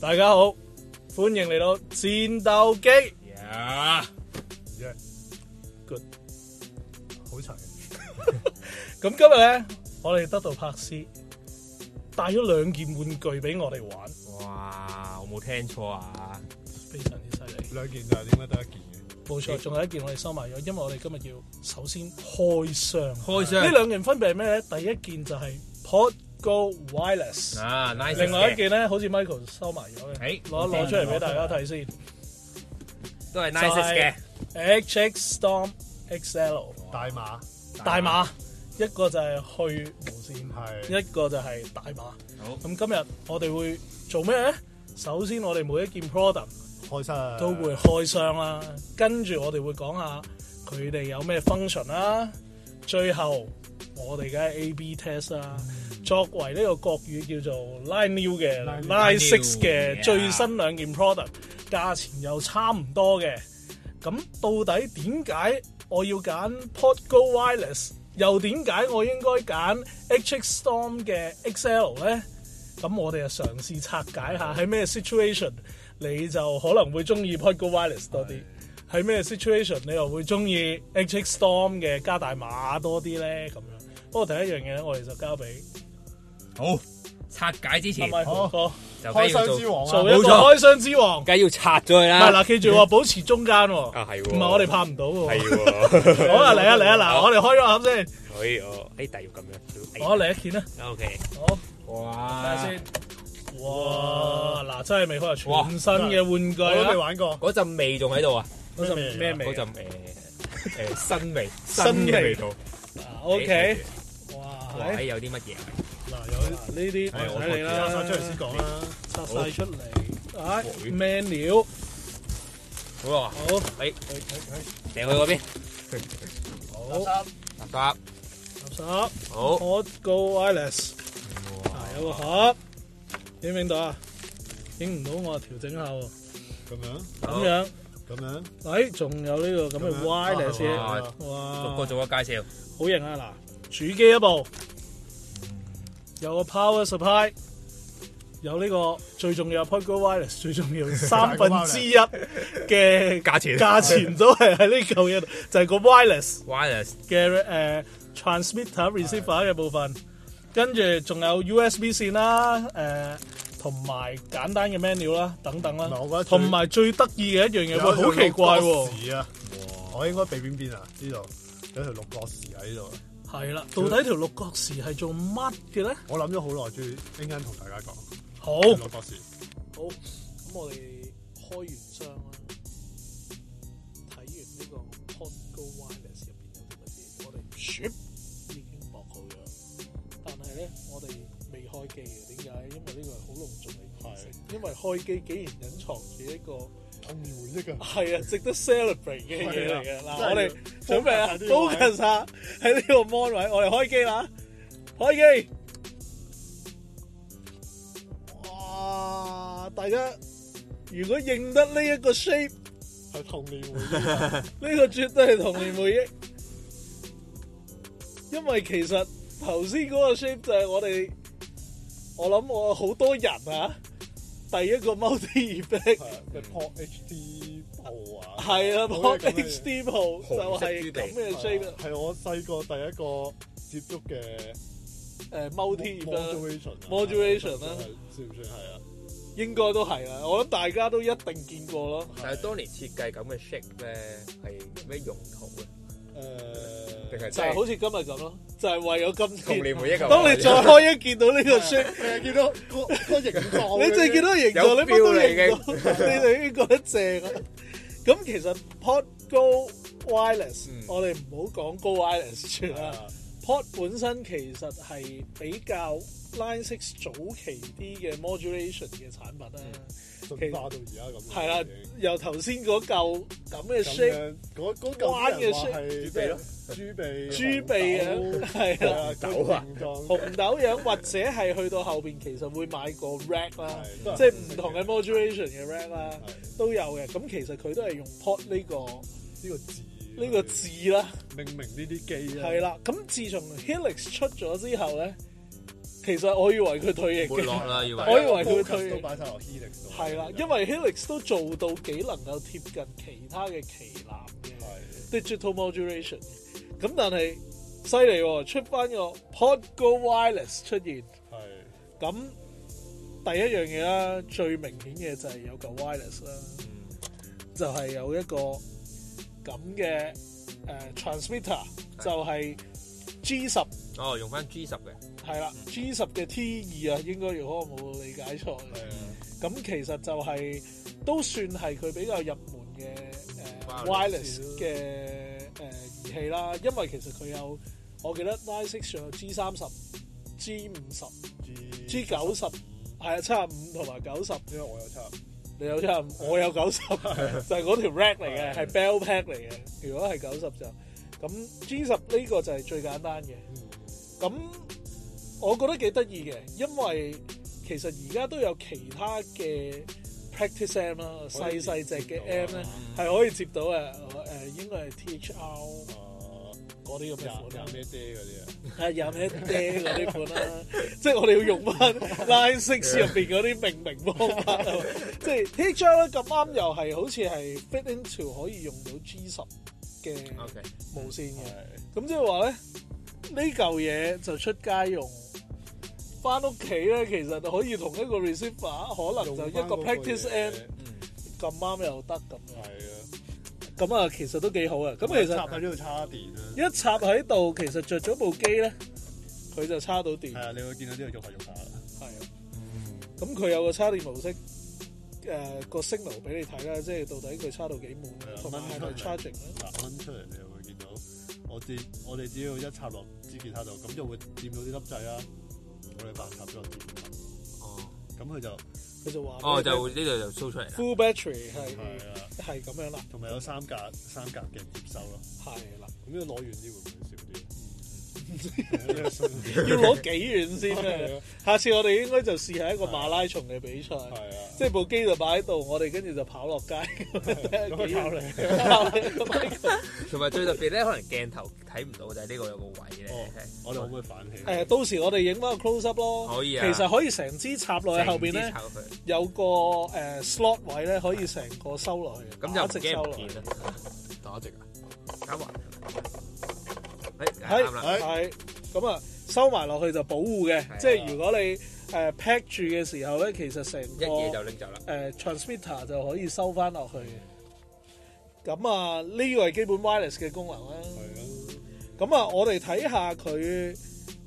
大家好，歡迎嚟到戰鬥機。呀， Good，好齊。咁今日咧，我哋得到柏斯帶咗兩件玩具俾我哋玩，哇！我冇聽錯啊！非常之犀利。兩件就係點解得一件嘅？冇錯，仲有一件我哋收埋咗，因為我哋今日要首先開箱。呢開箱兩件分別係咩咧？第一件就係 Podgo Wireless，啊，nice 嘅。哎另外一件咧好似 Michael 收埋咗嘅，誒攞攞出嚟俾大家睇先。都係 nice 嘅。 HX Storm XL 大馬大馬，一個就係去無線，係一個就係大馬。好，咁今日我哋會做咩咧？首先我哋每一件 product 開心都會開箱啦，跟住我哋會講下佢哋有咩 function 啦，最後我哋梗係 A/B test 啦。作為呢個國語叫做 Line New 嘅 Line New Line Six 嘅嘅 yeah 最新兩件 product，價錢又差唔多嘅。咁到底點解我要揀 Podgo Wireless？又點解我應該揀 HX Storm 嘅 XL 呢？咁我哋就嘗試拆解下喺咩 situation 你就可能會中意 Podgo Wireless 多啲，喺咩 situation 你又會中意 HX Storm 嘅加大碼多啲呢？咁樣。不過第一樣嘢我哋就交俾好。拆解之阿前 Michael 哥就梗開要箱做之，王做啊！一個冇錯開箱之王。梗要拆咗佢唔係。嗱，記 住喎，保持中間喎。啊係喎唔係我哋拍唔到喎。喎，好啊，嚟啊嚟啊，嗱，我哋開咗個盒先，可以我哎，但要咁樣我嚟一件啦。 O K，好，睇哇下先。哇，嗱，真係未開，哇全新嘅玩具我都未啦。玩過，嗰陣味仲喺度啊！嗰陣咩嗰味啊陣誒誒新味，新味嘅味道。啊誒？OK，哇，喂，係有啲乜嘢啊？嗱，有嗱呢啲係唔我使理拆啦，晒出嚟先講啦。拆晒出嚟。啊喂，menu 好啊，好，喂，睇睇掟去嗰邊，好，睇，垃圾，垃圾好。 ，Hot Go Wireless。啊，有個盒，影唔影到啊？影唔到我調整下喎，咁樣咁樣，咁樣誒，仲有呢個咁嘅咁樣 wireless 啊嘢，哇逐個哇，逐個介紹。好型啊！嗱，主機一部，有個 power supply，有呢個最重要嘅 Podgo Wireless，最重要三分之一嘅價錢價錢都係喺呢嚿嘢度，就係個 wireless wireless 嘅誒 transmitter receiver 嘅部分，跟住仲有 USB 線啦，誒同埋簡單嘅 menu 啦，等等嗱，啦，我覺得最同埋最得意嘅一樣嘢，喂，好奇怪喎，喎！啊，我應該避邊邊啊？呢度有條六角匙喺呢度啊。係啦，到底條六角匙係做乜嘅咧？我諗咗好耐，最一陣間同大家講好，六角匙。好，咁我哋開完箱啦，睇完呢個 Podgo Wireless 入邊有啲乜嘢，我哋 ship 已經駁好咗，但係咧我哋未開機嘅，點解？因為呢個係好隆重嘅儀式，因為開機竟然隱藏住一個。童年回憶啊！係啊，值得 celebrate 嘅嘢嚟嘅。係啊嗱，我哋準真係要備啊，focus focus 下呢個位下喺呢個 mon 位，我哋開機啦，開機。哇！大家如果認得呢一個 shape，係童年回憶啊，呢個絕對係童年回憶， 因為其實頭先嗰個 shape 就係我哋，我諗我好多人啊，第一個 multi effect 係啊咪 Pop HD 部啊！係啊好，Pop 嘢咁嘅嘢 HD 部就紅色係之地啊咁嘅 shape 啊啦。係我細個第一個接觸嘅誒 multi modulation 啊 modulation 啦算唔算係啊？應該都係啦，我諗大家都一定見過咯。但係當年設計咁嘅 shape 咧，係咩用途咧？誒，定係就係好似今日咁咯，就係為咗今次。童年回憶啊 當你再 開一見到呢個 shape，誒 見到個個形狀，你淨係見到形狀，有你乜都 feel 嚟認嘅到， 你就已經覺得正啦。咁其實 Podgo Wireless，嗯我哋唔好講 Go Wireless 住啦。啊 Pod 本身其實係比較 Line Six 早期啲嘅 modulation 嘅產品啊啦，嗯進化到而家咁樣。係啦已經，由頭先嗰嚿咁嘅咁 shape。樣嗰嗰彎嚿嘅人話 shape 係豬鼻咯，豬鼻豬鼻啊紅豆，係啊，紅豆啊，啊個形狀紅豆樣或者係去到後邊，其實會買個 rack 啦，係都係即係唔同嘅 modulation 嘅 rack 啦，係都有嘅。咁其實佢都係用 pod 呢個呢個字啊呢個字啦，命名呢啲機啊，係啦。咁自從 Helix 出咗之後咧，其實我以為佢退役沒嘅，落啦，以為我以為佢會退 Focus 都擺晒落 Helix 度。係啦，因為 Helix 都做到幾能夠貼近其他嘅旗艦嘅係 digital modulation，咁但係犀利喎，出翻個 Podgo Wireless 出現，係咁第一樣嘢啦，最明顯嘅就係有嚿 wireless 啦，Ừ. 就係有一個咁嘅誒 transmitter，係就係 G 十。哦，用翻 G 十嘅，係啦，G 十嘅 T 二啊，應該如果我冇理解錯嘅，係啊咁其實就係、都算係佢比較入門嘅誒、呃 wireless Wireless 嘅誒儀器啦，因為其實佢有我記得 Nine Six 仲有 G 三十、G 五十、 G G 九十，係啊七十五同埋九十，因為我有插，你有七十五，我有九 十，就係嗰條 rack 嚟嘅，係 bell pack 嚟嘅。如果係九十就咁 G 十呢個就係最簡單嘅。嗯咁我覺得幾得意嘅，因為其實而家都有其他嘅 practice M 啦，可以細細只嘅接 M 到咧啊 Ừ. 係可以接到嘅，誒、呃、應該係 THR 啊嗰啲咁廿嘅款啦廿，咩爹嗰啲啊，係廿咩爹嗰啲款啦， 即係我哋要 用翻 Line Six 入邊嗰啲命名方法 啊，即係 THR 咧咁啱又係好似係 fit into 可以用到 G 十嘅啊 OK，無線嘅。係咁即係話咧，呢嚿嘢就出街用，翻屋企咧其實可以同一個 receiver，可能就一個 practice end 嗯，咁啱又得咁係啊，樣。咁啊，其實都幾好啊。咁其插實喺呢度插電啦。一插喺度，其實着咗部機咧，佢就插到電。係啊，你會見到呢度喐下喐下啦。係啊，咁佢有個插電模式，誒個 signal 俾你睇啦，即係到底佢插到幾滿係啊同埋係咪掹出嚟 charging 咧？嗱，掹出嚟啊你就會見到，我只我哋只要一插落支吉他度，咁就會掂到啲粒掣啦。我哋白插咗電，哦，咁佢就佢就話哦，俾你聽就呢度就 show 出嚟啦， full battery 係係啊，係咁樣啦，同埋有三格三格嘅接收咯。係 啦，咁樣攞遠啲會唔會少啲？要攞幾遠先啊？係啊下次我哋應該就試下一個馬拉松嘅比賽，係啊，即係部機就擺喺度，我哋跟住就跑落街，睇下 咁幾樣靠遠你。跑嚟同埋最特別咧，可能鏡頭睇唔到，就係呢個有個位咧哦，我 Ờ. 哋可唔可以反起？ 誒，到時我哋影翻個 close up 咯。可以其啊實可以成支插落去後邊咧，成支插佢有個誒 slot 位咧，可以成個收落去，咁打直就唔驚收唔落去見。啦，打直啊，打橫，誒，係啱啦，哎係咁啊，收埋落去就保護係嘅，啊即係如果你誒 pack 住嘅時候咧，其實成一個嘢就拎走啦，誒 transmitter 就可以收翻落去嘅。咁啊，呢個係基本 wireless 嘅功能啦。係啊咁啊，我哋睇下佢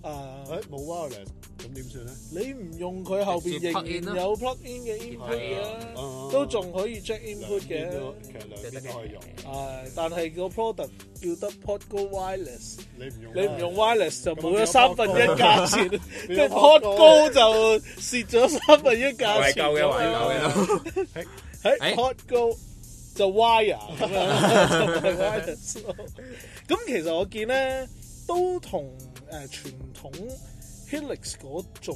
啊，啊，誒冇 wireless 咁點算咧？你唔用佢後邊直接仍 plug 然 in 啦有 plug in 嘅係 input 啊嘅，啊都仲可以 jack 兩 input 邊嘅。都其實兩邊都可以用。係，但係個 product 叫得 Podgo Wireless，你唔用，你唔用 wireless 就冇咗咁啊三變分咗一 Podgo 價錢，即係變咗 Podgo Podgo 就蝕咗三分一價懷錢舊嘅咁懷樣。舊嘅，喺哎 Hot Go 就 wire 咁樣就 wireless 咯咁其實我見咧都同誒傳統 Helix 嗰種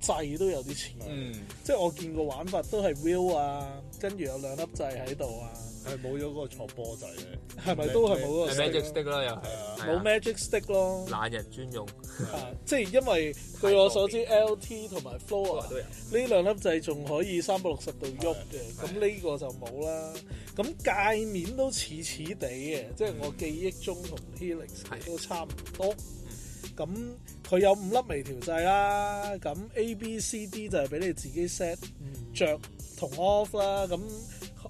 掣都有啲似，嗯，即係我見個玩法都係 wheel 啊，跟住有兩粒掣喺度啊，係冇咗嗰個戳波掣咧，係咪都係冇嗰個係 magic stick 啊 stick 咯又係係，啊係啊冇 magic stick 咯？懶人專用，啊，即係因為據我所知，LT 同埋啊 Floor 都有，呢兩粒掣仲可以三百六十度喐嘅，咁呢個就冇啦。咁界面都似似地嘅，即係我記憶中同 Helix 係都差唔多。咁佢有五粒微調掣啦，咁 A、B、C、D 就係俾你自己 set 着同 off 啦，咁誒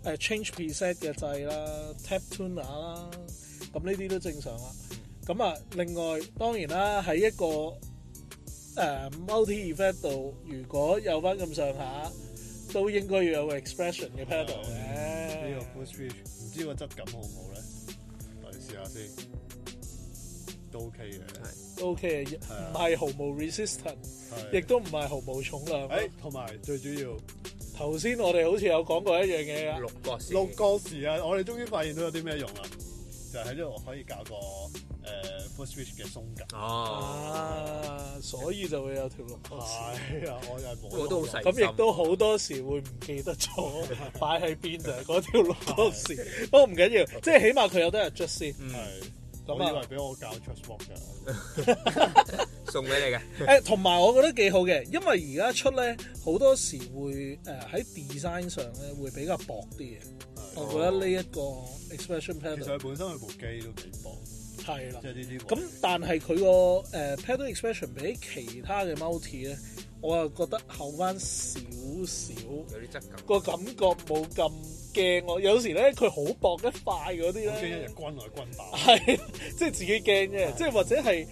呃 change preset 嘅掣啦，tap tuner 啦，咁呢啲都正常啦。嗯咁啊，另外當然啦，喺一個誒、multi effect 度，如果有翻咁上下，都應該要有個 expression 嘅 pedal 嘅。啊呢個 push switch 唔知個質感好唔好咧？我哋試下先，都 OK 嘅。 O K 嘅，唔係毫無 resistance，亦啊係哎都唔係毫無重量。誒，同埋最主要頭先我哋好似有講過一樣嘢啊，六角線錄歌時啊，我哋終於發現到有啲咩用啦，就係喺呢度可以搞個誒 push switch 嘅鬆緊。哦，啊，所以就會有條六角線。係啊，我又冇。我都好細咁亦都好多時會唔記得咗 擺喺邊就係嗰條六角線，不過唔緊要，即係起 Ừ. 碼佢有得 adjust 先。嗯係。咁我以為啊， 俾我教 trust walk 㗎，送俾你嘅。誒，同埋我覺得幾好嘅，因為而家出咧好多時會誒喺 design 上咧會比較薄啲嘅。我覺得呢一個 expression 其實 pattern 佢本身佢部機都幾薄，係啦即。係呢啲位。咁但係佢個誒 pattern expression 比起其他嘅 multi 咧，我又覺得後翻少少，有啲質感。個感覺冇咁驚我。有時咧佢好薄一塊嗰啲我驚一日咧，軍來軍爆，係 即係自己驚啫，係即係或者係。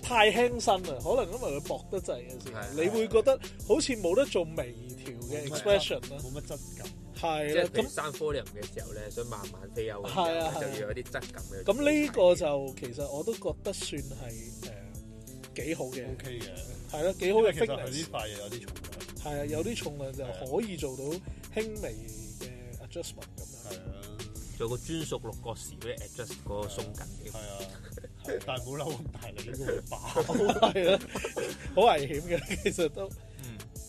太輕身啦，可能因為佢薄得滯嘅時係候，你會覺得好似冇得做微調嘅冇乜 expression 啦，冇乜質感。係即係啦，譬咁如生 f o l i u m 嘅時候咧，想慢慢飛歐嘅時候係啊係啊呢，就要有啲質感嘅。咁呢個就其實我都覺得算係誒幾好嘅 O，K 嘅，係啦，幾好因嘅為其實佢呢 fitness。塊嘢有啲重量，係啊，有啲重量就可以做到輕微嘅 adjustment 咁樣。係啊，做個專屬六角時俾你 adjust 嗰個鬆緊嘅。係啊，但係冇嬲咁大力，應該會爆。 係啊，好危險嘅，其實都。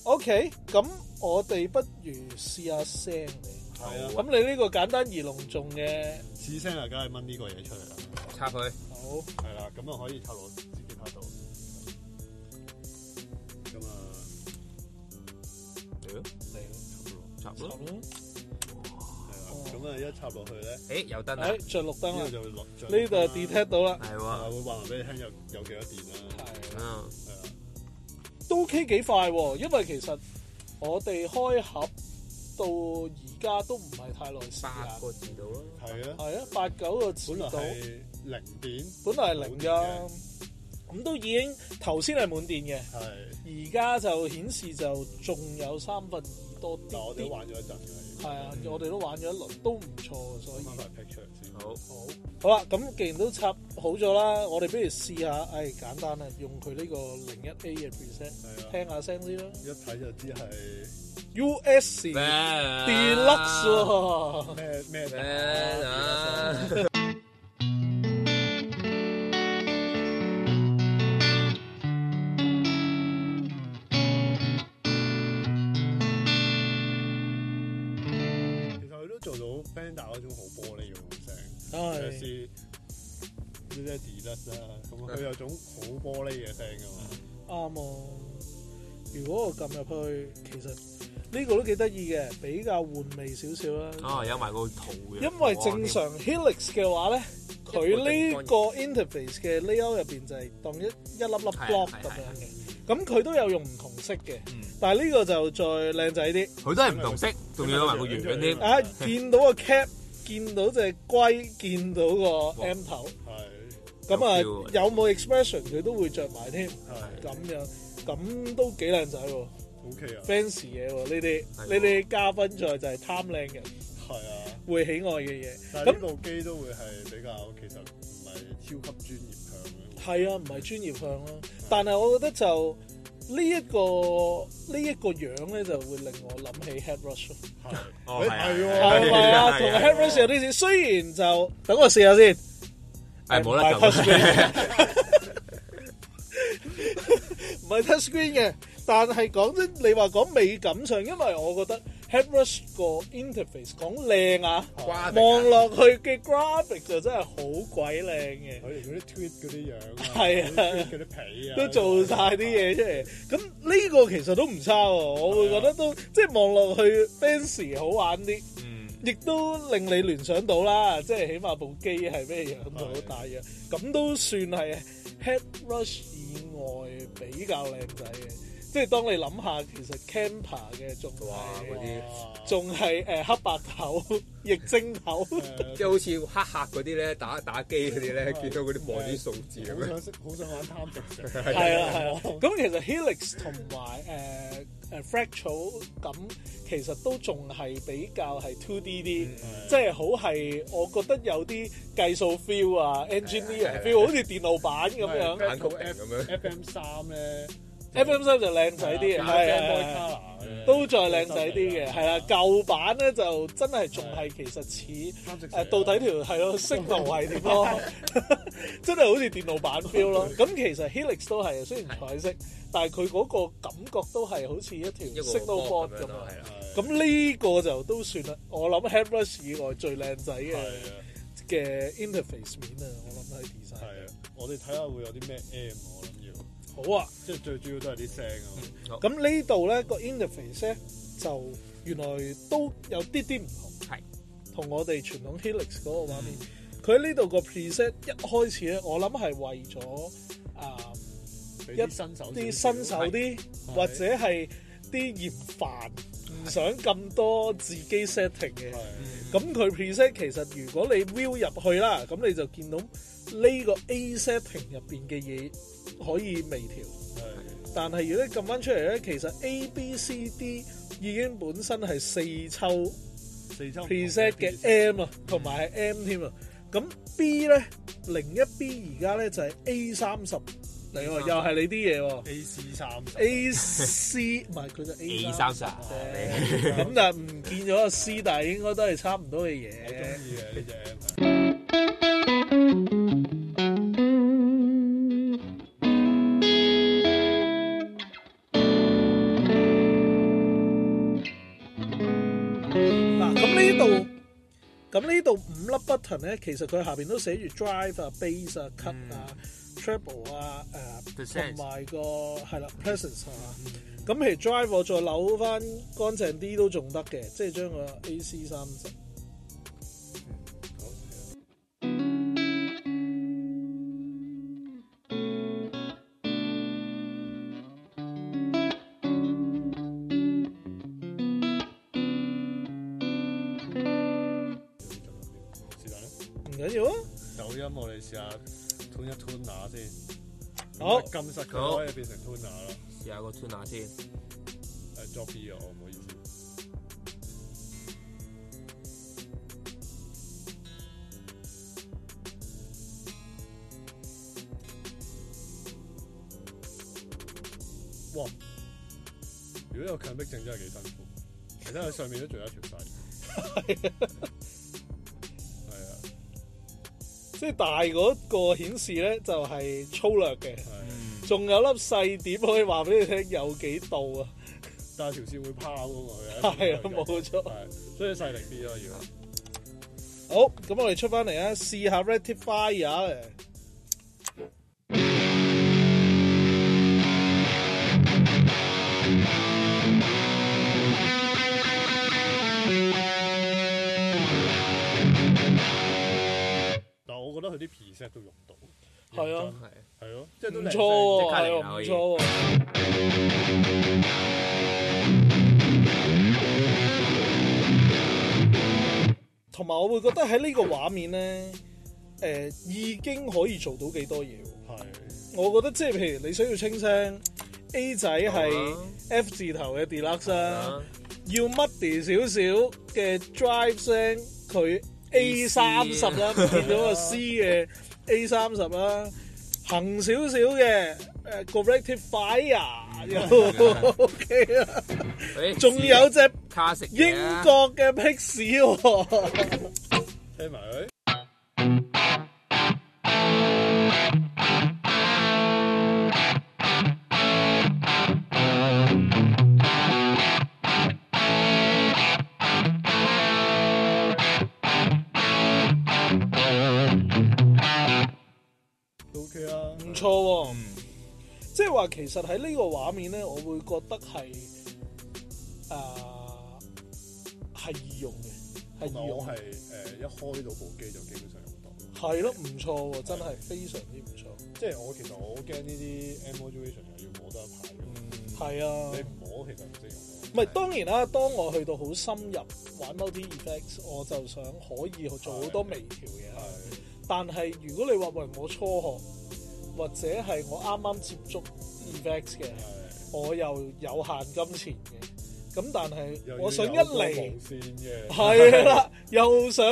OK，咁我哋不如試下聲嚟。係啊，咁你呢個簡單而隆重嘅，試聲啊，梗係掹呢個嘢出嚟啦。插佢，好係啦，咁啊可以插落支吉他度。咁啊，係咯嚟插落，插咯，咯。咯。係啦，咁啊一插落去咧，誒，有燈啊誒，，着綠燈啦，呢度就會落呢呢度 detect 到啦。係啊，喎，會話埋俾你聽有有幾多電啦。係，啊，係啊，都 OK 幾快喎，因為其實我哋開盒到而家都唔係太耐時間。八個字到咯。係啊，係啊，八九個字本來到。係零電，本來係零噶，咁都已經頭先係滿電係，嘅，而家就顯示就仲有三分二多但我啲啲。哋都玩咗一陣㗎。係啊，我哋都玩咗一輪，都唔錯，所我以啊翻埋 picture 先。好，好。好啦，咁既然都插好咗啦，我哋不如試下，唉、簡單啊，用佢呢個零一 A 嘅 preset 係啊，聽下聲先啦。一睇就知係 US Deluxe ，Deluxe 喎，咩咩咩 à. 啊啊？其實佢都做到 Fender 嗰種好玻璃嘅聲，尤唉，其是呢啲 Deluxe 啦，咁嗯啊佢有種好玻璃嘅聲㗎嘛。啱啊！如果我撳入去，其實呢個都幾得意嘅，比較換味少少啦。啊，有埋個圖嘅。因為正常 Helix 嘅話咧，佢呢個 interface 嘅 layout 入邊就係當一一粒粒係啊 block 係啊咁樣嘅，咁佢都有用唔同色嘅，嗯但係呢個就再靚仔啲。佢都係唔同色，仲要有埋個樣添。啊，見到個 cap，見到隻龜，見到個 M 頭，係咁啊有有冇 expression 佢都會着埋添，係咁樣咁都幾靚仔喎 OK 啊， ，fans 嘢喎呢啲，係喎呢啲加分在就係貪靚人係啊，會喜愛嘅嘢。但係呢部機都會係比較其實唔係超級專業向嘅。係啊，唔係專業向咯。但係我覺得就呢一、個呢一、個樣咧，就會令我諗起 Head Rush 咯。係哦係啊誒係啊係咪啊？係啊同 Head Rush 有啲似。雖然就等我試下先。係哎冇唔得係 touch 撳。 screen 唔係 touch screen 嘅，但係講真，你話講美感上，因為我覺得 Head Rush 個 interface à. 講靚啊，瓜地望落去嘅 graphic 就真係好鬼靚嘅。佢哋嗰啲 tweet 嗰啲樣啊， 係啊嗰啲 tweet 嗰啲皮啊，都做晒啲嘢出嚟，咁呢個其實都唔差喎，我會覺得都即係望落去 fans 好玩啲，啊嗯，亦都令你聯想到啦，即係起碼部機係咩樣到係大約，咁都算係 Head Rush 以外比較靚仔嘅，即係當你諗下其實 Camper 嘅仲哇嗰係啲哇仲係誒黑白頭、 液晶 頭，誒 即係好似黑客嗰啲咧，打打機嗰啲咧，見到嗰啲望啲數字咁好樣。想識，好想玩貪食蛇。係啊啦係啦，咁其實 Helix 同埋誒誒 Fractal 咁，其實都仲係比較係 two D 啲，即係好係我覺得有啲計數 feel 啊，engineer 係係 feel，好似電腦版咁樣。反曲嚟咁樣 FM 三咧啊 FM 三就靚仔啲嘅，係係係都再靚仔啲嘅，係啦。舊版咧就真係仲係其實似。貪食誒到底條係咯，色路係點咯？ 真係好似電腦版 feel 咯。咁其實 Helix 都係，雖然彩色，但係佢嗰個感覺都係好似一一條個色路 board 咁咁啊。係啦。咁呢個就都算啦，我諗 Headrush 以外最靚仔係嘅啊 à, 嘅 interface 面啊，我諗係 design。係啊，我哋睇下會有啲咩 M 我諗要好啊。即係最主要都係啲聲啊。好咁呢度咧個 interface 咧就原來都有啲啲唔同，係同我哋傳統 Helix 嗰個畫面。佢呢度個 preset 一開始咧，我諗係為咗啊俾一啲新手啲少少新手啲，或者係啲嫌煩，唔想咁多自己 setting 嘅。係咁佢 preset 其實如果你 view 入去啦，咁你就見到呢個 A setting 入邊嘅嘢可以微調。係但係如果你撳翻出嚟咧，其實 A、B、C、D 已經本身係四抽四周唔同 preset 嘅 M 啊，同埋係 M 添啊。咁 B 咧零一 B 而家咧就係 A 三十嚟喎，又係你啲嘢喎。 AC 三 A C 唔係佢就 A A 三三十十，啊啫，咁但係唔見咗個 C，但係應該都係差唔多嘅我中嘢。意嘅呢只 M 啊係。嗱，咁呢度咁呢度五粒 button 咧，其實佢下邊都寫住 drive 啊、bass 啊、cut 啊、treble 啊、誒 Presence 同埋個係啦 presence 係嘛。咁譬如 drive 我再扭翻乾淨啲都仲得嘅，即係將個 AC 三十。是但啦，唔緊要啊，走音我哋試下 tune 一 tune 下先。好咁實佢可以變成 tuner 啦。試下個 tuner 先，誒作 B 啊，我唔好意思。哇！如果有強迫症真係幾辛苦，其實佢上面都仲有一條細。係啊， 即係大嗰個顯示咧就係粗略嘅，係。啊仲有粒細點可以話俾你聽有幾度啊？但係條線會拋㗎嘛，佢係啊，冇錯。係，所以細力啲咯要。好，咁我哋出翻嚟啊，試下啊 rectify 下嘅。但係我覺得佢啲 preset 都用到，係啊係係咯，即係都唔靚錯聲喎，即刻係嚟啊啦唔可以錯喎。同埋我會覺得喺呢個畫面咧，誒、已經可以做到幾多嘢喎。係我覺得即係譬如你需要清聲，A 仔係 F 字頭嘅 deluxe 啊啊啦，要 muddy 少少嘅 drive 聲，佢 A 三十啦，見到個 C 啊嘅 A 三十啦，行少少嘅誒 corrective fire 又 OK 啦，仲有隻卡食英國嘅 pix 喎。聽埋佢。都 OK 啊，唔錯喎，即係話其實喺呢個畫面咧，我會覺得係誒係易用嘅，同係埋易我用係係誒一開到部機就基本上用到。係咯，唔錯喎，真係非常之唔錯。即係我其實我好驚呢啲 emulation 又要摸多一排嘅，係啊你，唔摸其實唔識用咯。唔係當然啦，當我去到好深入玩 multi effects，我就想可以做好多微調嘢啦。係但係如果你話喂我初學或者係我啱啱接觸 effects 嘅，係我又有限金錢嘅，咁但又係要我想一有個嚟無。線嘅， 係啦，又想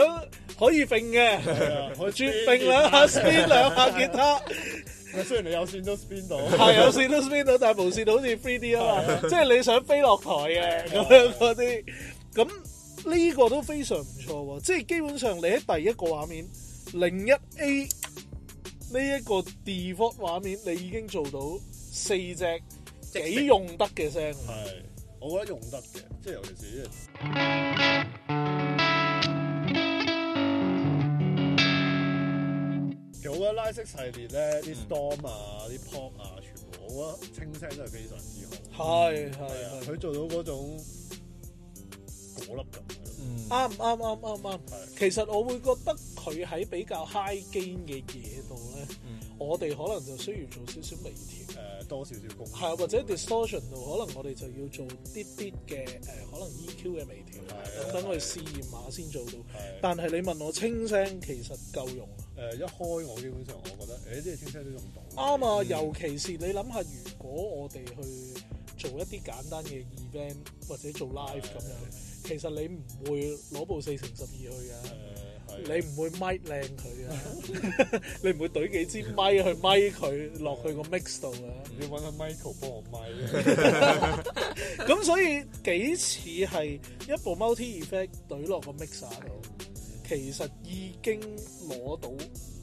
可以揈嘅， 係 啊可以絕揈兩 下 spin 兩下吉他，喂雖然你有線都 spin 到，係有線都 spin 到，但係無線好似 three D 啊嘛，即係你想飛落台嘅咁樣嗰啲，咁呢個都非常唔錯喎，即係基本上你喺第一個畫面零一 A 呢一個 default 畫面，你已經做到四隻幾用得嘅聲，係我覺得用得嘅，即係尤其是呢嗯其實我覺得拉色系列咧，啲 storm 啊、啲 pop 啊，全部我好啊，清聲都係非常之好。係係係啊，係，佢做到嗰種果粒感嘅咯。嗯，啱啱啱啱啱。係其實我會覺得佢喺比較 high gain 嘅嘢度咧，嗯我哋可能就需要做少少微調，誒多少少功夫。嗯係啊或者 distortion 度，可能我哋就要做啲啲嘅誒，可能 EQ 嘅微調，係啊咁等佢試驗下先做到。係但係你問我清聲其實夠用啊，誒呃一開我基本上我覺得誒啲嘢清聲都用到。啱啊！嗯尤其是你諗下，如果我哋去做一啲簡單嘅 event 或者做 live 咁樣，其實你唔會攞部四乘十二去㗎。誒你呃係唔會咪靚佢啊！ 你唔會懟幾支咪去咪佢落去個 mix 度啊！你要揾阿 Michael 幫我 咪。咁所以幾似係一部 multi effect 懟落個 mixer 度，其實已經攞到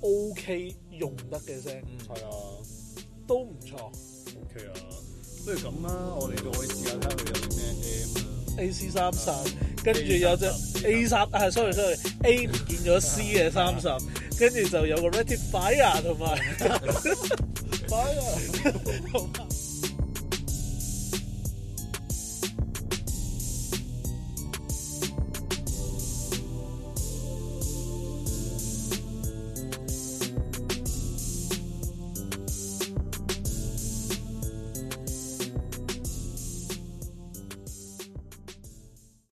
OK 用得嘅聲，嗯，係啊。都唔錯。 OK 啊，不如咁啦，我哋就可以試下睇下佢有啲咩 M 啦。 AC 三十，跟住有隻啊 A 三啊，sorry sorry A 唔見咗 C 嘅三十，跟 住就有個 rectifier 同埋快啊！同埋